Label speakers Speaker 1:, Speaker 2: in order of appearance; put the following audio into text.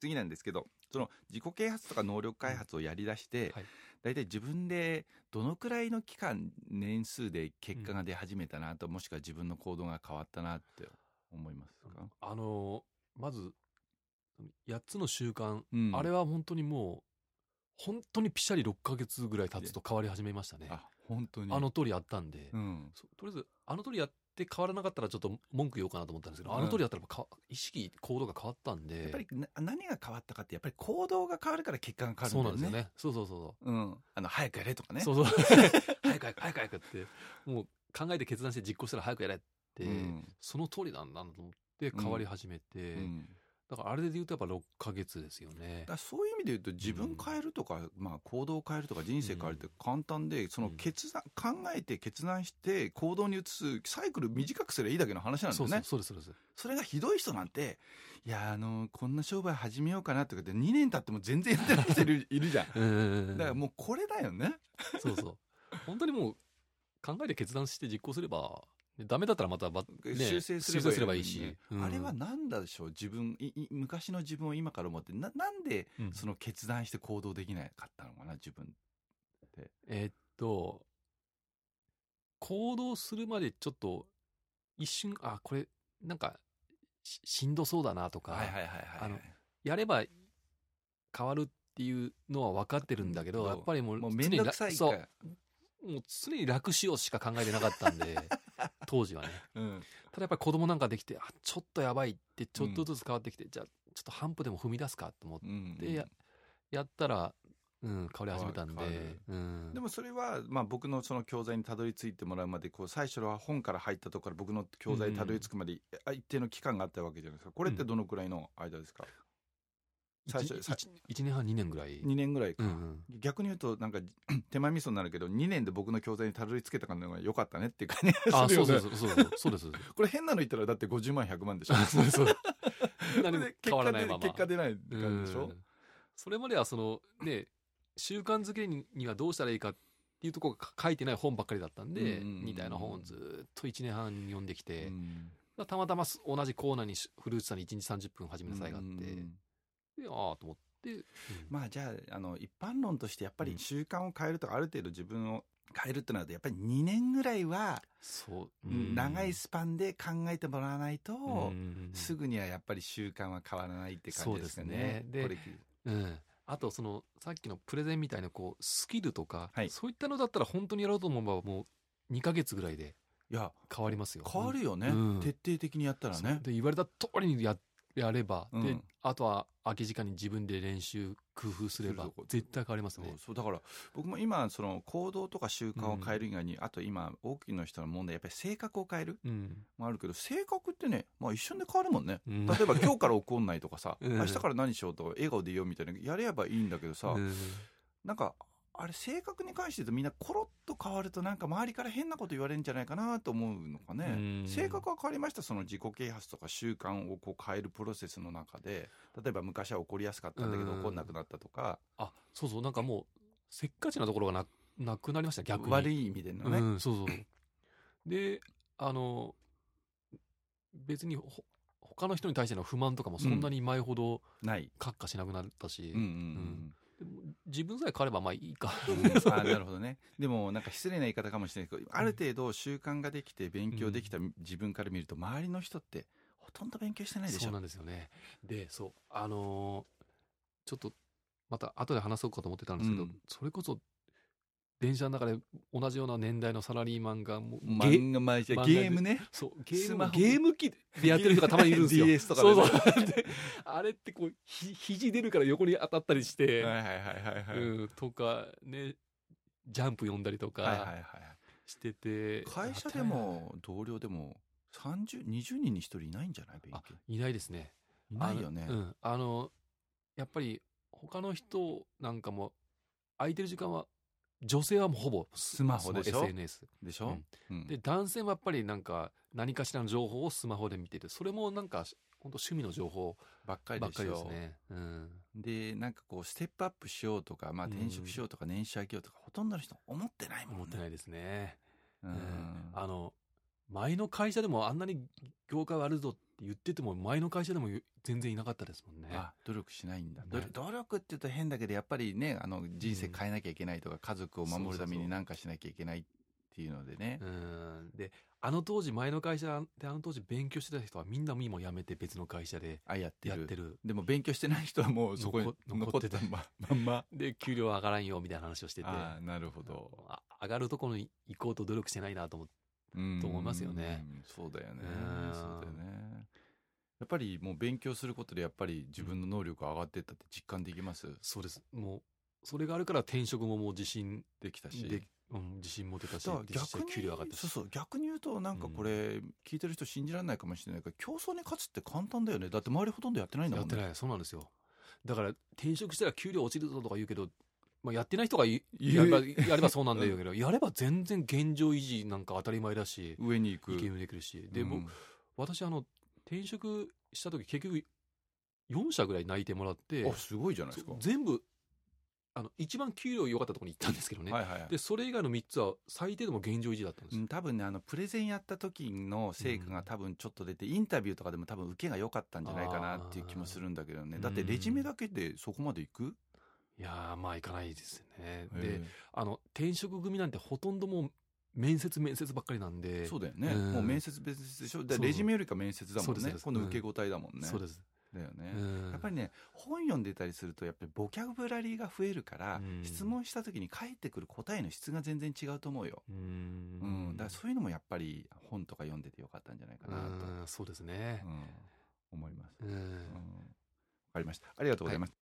Speaker 1: 次なんですけどその自己啓発とか能力開発をやりだして、
Speaker 2: はい
Speaker 1: 大体自分でどのくらいの期間年数で結果が出始めたなと、もしくは自分の行動が変わったなって思いますか、
Speaker 2: あのーまず8つの習慣、
Speaker 1: うん
Speaker 2: あれは本当にもう本当にピシャリ6ヶ月ぐらい経つと変わり始めましたねあ
Speaker 1: あ本当に
Speaker 2: の通りやったんで、
Speaker 1: うん
Speaker 2: そうとりあえずあの通りやって変わらなかったらちょっと文句言おうかなと思ったんですけど、
Speaker 1: うん
Speaker 2: あの通りやったらか意識行動が変わったんで
Speaker 1: やっぱりな何が変わったかってやっぱり行動が変わるから結果が変
Speaker 2: そう
Speaker 1: わ
Speaker 2: なん
Speaker 1: るん
Speaker 2: です
Speaker 1: だよね
Speaker 2: よねそうそうそうそう
Speaker 1: うん、あの早くやれとかね
Speaker 2: そう うそう早く早く早く早くってもう考えて決断して実行したら早くやれって、
Speaker 1: ん
Speaker 2: その通りなんだなと思って変わり始めて、
Speaker 1: うん
Speaker 2: だからあれで言うとやっぱ6ヶ月ですよね
Speaker 1: だからそういう意味で言うと自分変えるとか、まあ、行動を変えるとか人生変えるって簡単で、その決断考えて決断して行動に移すサイクル短くすればいいだけの話なんです
Speaker 2: そ
Speaker 1: よ
Speaker 2: う
Speaker 1: ね
Speaker 2: そうそうですそうです
Speaker 1: それがひどい人なんていやあのこんな商売始めようかなとかって2年経っても全然やってない人い るいるじゃん
Speaker 2: うんうんうんうん
Speaker 1: だからもうこれだよね
Speaker 2: そうそう本当にもう考えて決断して実行すればねダメだったらまたば、ね
Speaker 1: 修正すればいい
Speaker 2: 修正すればいいし、うん
Speaker 1: あれは何だでしょう自分いい昔の自分を今から思ってななんで
Speaker 2: うん
Speaker 1: その決断して行動できなかったのかな自分
Speaker 2: えーっと、行動するまでちょっと、一瞬、あ、これ、なんか、ししんどそうだなとか、
Speaker 1: はいはいはいはい
Speaker 2: あのやれば変わるっていうのは分かってるんだけど、
Speaker 1: うん
Speaker 2: やっぱりもう、
Speaker 1: もう面倒くさい
Speaker 2: 常
Speaker 1: か
Speaker 2: にら
Speaker 1: ら
Speaker 2: そう、もう常に楽しようしか考えてなかったんで、 当時はね。
Speaker 1: うん
Speaker 2: ただやっぱり子供なんかできて、あ、ちょっとやばいって、ちょっとずつ変わってきて、じゃあ、ちょっと半歩でも踏み出すかと思って、
Speaker 1: うん
Speaker 2: でややったら、うん、変わり始めたん
Speaker 1: 変わる
Speaker 2: で、うん。
Speaker 1: でもそれは、まあ、僕のその教材にたどり着いてもらうまでこう最初は本から入ったところから僕の教材にたどり着くまで、あ一定の期間があったわけじゃないですかこれってどのくらいの間ですか、
Speaker 2: 一
Speaker 1: 最初さ
Speaker 2: 一一年半2年ぐらい。
Speaker 1: 2年ぐらいか、
Speaker 2: うんうん
Speaker 1: 逆に言うとなんか 手前味噌になるけど2年で僕の教材にたどり着けたのが良かったねっていう感じが
Speaker 2: あ、
Speaker 1: する
Speaker 2: そ
Speaker 1: よ
Speaker 2: うそう
Speaker 1: ね
Speaker 2: そうそうそうそ うです。
Speaker 1: これ変なの言ったらだって50万100万でしょ
Speaker 2: そうですそうです。
Speaker 1: こ
Speaker 2: 何
Speaker 1: れ
Speaker 2: も
Speaker 1: で結
Speaker 2: 変わ
Speaker 1: 果
Speaker 2: らない
Speaker 1: で
Speaker 2: まま。
Speaker 1: 結果出ないって感じでし
Speaker 2: う
Speaker 1: ょ
Speaker 2: んそれまではそのね習慣づけににはどうしたらいいかっていうところが書いてない本ばっかりだったんで、
Speaker 1: うんうんうん
Speaker 2: みたいな本をずーっと1年半読んできて、
Speaker 1: うん
Speaker 2: たまたま同じコーナーに古内さんに1日30分始めなさいがあって、
Speaker 1: うん
Speaker 2: でああと思って、うん
Speaker 1: まあじゃああの一般論としてやっぱ
Speaker 2: う
Speaker 1: り
Speaker 2: ん
Speaker 1: 習慣を変えるとかある程度自分を変えるってなるとやっぱり2年ぐらいは
Speaker 2: そう、
Speaker 1: 長いスパンで考えてもらわないとす
Speaker 2: ぐ、
Speaker 1: ぐにはやっぱり習慣は変わらないって感じですかね
Speaker 2: そうですね。で
Speaker 1: これ
Speaker 2: うん、あとそのさっきのプレゼンみたいなこうスキルとか、
Speaker 1: はい
Speaker 2: そういったのだったら本当にやろうと思えばもう2ヶ月ぐらいで
Speaker 1: いや
Speaker 2: 変わりますよ
Speaker 1: 変わるよね、
Speaker 2: うん
Speaker 1: 徹底的にやったら
Speaker 2: そう
Speaker 1: ね。
Speaker 2: で言われた通りにややれば、
Speaker 1: うん
Speaker 2: であとは空き時間に自分で練習工夫すれ
Speaker 1: す
Speaker 2: ば
Speaker 1: るとこ
Speaker 2: 絶対変わります
Speaker 1: そ
Speaker 2: ね
Speaker 1: う。そうだから僕も今その行動とか習慣を変える以外に、あと今大きな人の問題やっぱり性格を変える
Speaker 2: うん
Speaker 1: もあるけど性格ってね、まあ、一瞬で変わるもんね。
Speaker 2: うん
Speaker 1: 例えば今日から怒んないとかさ、
Speaker 2: うん
Speaker 1: 明日から何しようとか笑顔でいようみたいなやればいいんだけどさ、
Speaker 2: うん
Speaker 1: なんかあれ性格に関して言うとみんなコロッと変わるとなんか周りから変なこと言われるんじゃないかなと思うのかね、
Speaker 2: うん
Speaker 1: 性格は変わりましたその自己啓発とか習慣をこう変えるプロセスの中で例えば昔は怒りやすかったんだけど
Speaker 2: うん
Speaker 1: 怒んなくなったとか、
Speaker 2: あそうそうなんかもうせっかちなところがななくなりました逆に。
Speaker 1: 悪い意味でのね、
Speaker 2: うん、そうそう。で、あの、別にほ他の人に対しての不満とかもそんなに前ほど
Speaker 1: ない、
Speaker 2: 閣下しなくなったし、
Speaker 1: うんうん
Speaker 2: でも自分さえ変わればまあいいか。
Speaker 1: うんうん、 あーなるほどねでもなんか失礼な言い方かもしれないけどある程度習慣ができて勉強できた自分から見ると周りの人ってほとんど勉強してないでし
Speaker 2: そう
Speaker 1: ょ
Speaker 2: なんですよね。で、そう、あのーちょっとまた後で話そうかと思ってたんですけど、
Speaker 1: うん
Speaker 2: それこそ電車の中で同じような年代のサラリーマンがもうゲー
Speaker 1: 漫画毎日
Speaker 2: 漫画
Speaker 1: ゲームね
Speaker 2: そうゲ
Speaker 1: ス
Speaker 2: ー
Speaker 1: マ
Speaker 2: ム
Speaker 1: ホ
Speaker 2: ゲーム機でやってる人がたまにいるんですよ。
Speaker 1: DS とかでね
Speaker 2: そうそう であれってこうひ肘出るから横に当たったりして、
Speaker 1: はいはいはいはいはい、
Speaker 2: うん、とかねジャンプ読んだりと
Speaker 1: はいはいは
Speaker 2: か
Speaker 1: い
Speaker 2: してて、
Speaker 1: 会社でも同僚でも3020人に1人いないんじゃない勉強
Speaker 2: いないですね
Speaker 1: いないよね
Speaker 2: あのうんあのやっぱり他の人なんかも空いてる時間は女性はもうほぼス
Speaker 1: マホでしょ
Speaker 2: SNS
Speaker 1: でしょ、うん
Speaker 2: で男性もやっぱりなんか何かしらの情報をスマホで見ててそれもなんか本当趣味の情報
Speaker 1: ばっかり
Speaker 2: ばっ
Speaker 1: で
Speaker 2: か
Speaker 1: し
Speaker 2: りで
Speaker 1: ょ
Speaker 2: すね、うん、
Speaker 1: でなんかこうステップアップしようとか、まあ、
Speaker 2: うん
Speaker 1: 転職しようとか年収上げようとか、ほとんどの人思ってないもんね
Speaker 2: 思ってないですね
Speaker 1: う
Speaker 2: うんんあの前の会社でもあんなに業界悪いぞって言ってても、前の会社でも全然いなかったですもんね。
Speaker 1: あ努力しないんだ、
Speaker 2: ね
Speaker 1: 努力努力って言うと変だけどやっぱりねあの人生変えなきゃいけないとか、家族を守るために何かしなきゃいけないっていうのでね
Speaker 2: うん。で、あの当時、前の会社であの当時勉強してた人はみんなもう今辞めて別の会社で
Speaker 1: あやって
Speaker 2: やっ
Speaker 1: る
Speaker 2: てる。
Speaker 1: でも勉強してない人はもうそこに
Speaker 2: 残
Speaker 1: 残
Speaker 2: 残
Speaker 1: っ
Speaker 2: ってて
Speaker 1: た
Speaker 2: た
Speaker 1: ま まんま
Speaker 2: で、給料上がらんよ、みたいな話をしてて。
Speaker 1: ああなるほど、
Speaker 2: あ上がるところに行こうと努力してないなと思って。
Speaker 1: うん
Speaker 2: と思いますよね
Speaker 1: うんそうだよね
Speaker 2: うん
Speaker 1: そうだよねやっぱりもう勉強することでやっぱり自分の能力が上がってったって実感できます
Speaker 2: そうです。もう、それがあるから転職ももう自信
Speaker 1: できたし
Speaker 2: で、うん、自信持てたし、
Speaker 1: だから
Speaker 2: で実際
Speaker 1: 逆に
Speaker 2: 給料上がったし。
Speaker 1: そうそう逆に言うとなんかこれ、聞いてる人信じられないかもしれないけど競争に勝つって簡単だよねだって周りほとんどやってないんだ
Speaker 2: や
Speaker 1: も
Speaker 2: っ
Speaker 1: ん
Speaker 2: て
Speaker 1: ね
Speaker 2: ない。そうなんですよ。だから、転職したら給料落ちるぞとか言うけど、まあ、やってない人がい
Speaker 1: 言
Speaker 2: やれば
Speaker 1: う
Speaker 2: やればそうな んだけど、やれば全然現状維持なんか当たり前だし、
Speaker 1: 上に行く
Speaker 2: 意見もできるし。で、もう
Speaker 1: うん
Speaker 2: 私、あの、転職した時結局、4社ぐらい内定もらって
Speaker 1: あ、すごいじゃないですか
Speaker 2: そう全部、あの、一番給料良かったところに行ったんですけどね。
Speaker 1: はいはいはい
Speaker 2: で、それ以外の3つは最低でも現状維持だったんです
Speaker 1: う
Speaker 2: よ。
Speaker 1: ん、多分ねあのプレゼンやった時の成果が多分ちょっと出て、インタビューとかでも多分受けが良かったんじゃないかなっていう気もするんだけどね
Speaker 2: あー
Speaker 1: だってレジュメだけでそこまでいく
Speaker 2: いやー、まあ、いかないです
Speaker 1: へ
Speaker 2: ね。で、あの、転職組なんてほとんどもう、面接面接ばっかりなん
Speaker 1: え
Speaker 2: で。
Speaker 1: そうだよね、
Speaker 2: うん
Speaker 1: もう面接別々でしょだから
Speaker 2: そう
Speaker 1: レジュメよりか面接だも
Speaker 2: そうんですそ
Speaker 1: ね
Speaker 2: うです
Speaker 1: 今度受け答えだもんね、
Speaker 2: そうです。
Speaker 1: だよね、
Speaker 2: うん
Speaker 1: やっぱりね本読んでたりするとやっぱりボキャブラリーが増えるから、
Speaker 2: うん
Speaker 1: 質問した時に返ってくる答えの質が全然違うと思うよ、
Speaker 2: う
Speaker 1: うんん、だからそういうのもやっぱり本とか読んでてよかったんじゃないかなと、
Speaker 2: うんそうですね
Speaker 1: う。ん思います、
Speaker 2: う
Speaker 1: うん
Speaker 2: ん
Speaker 1: わかりましたありがとうございます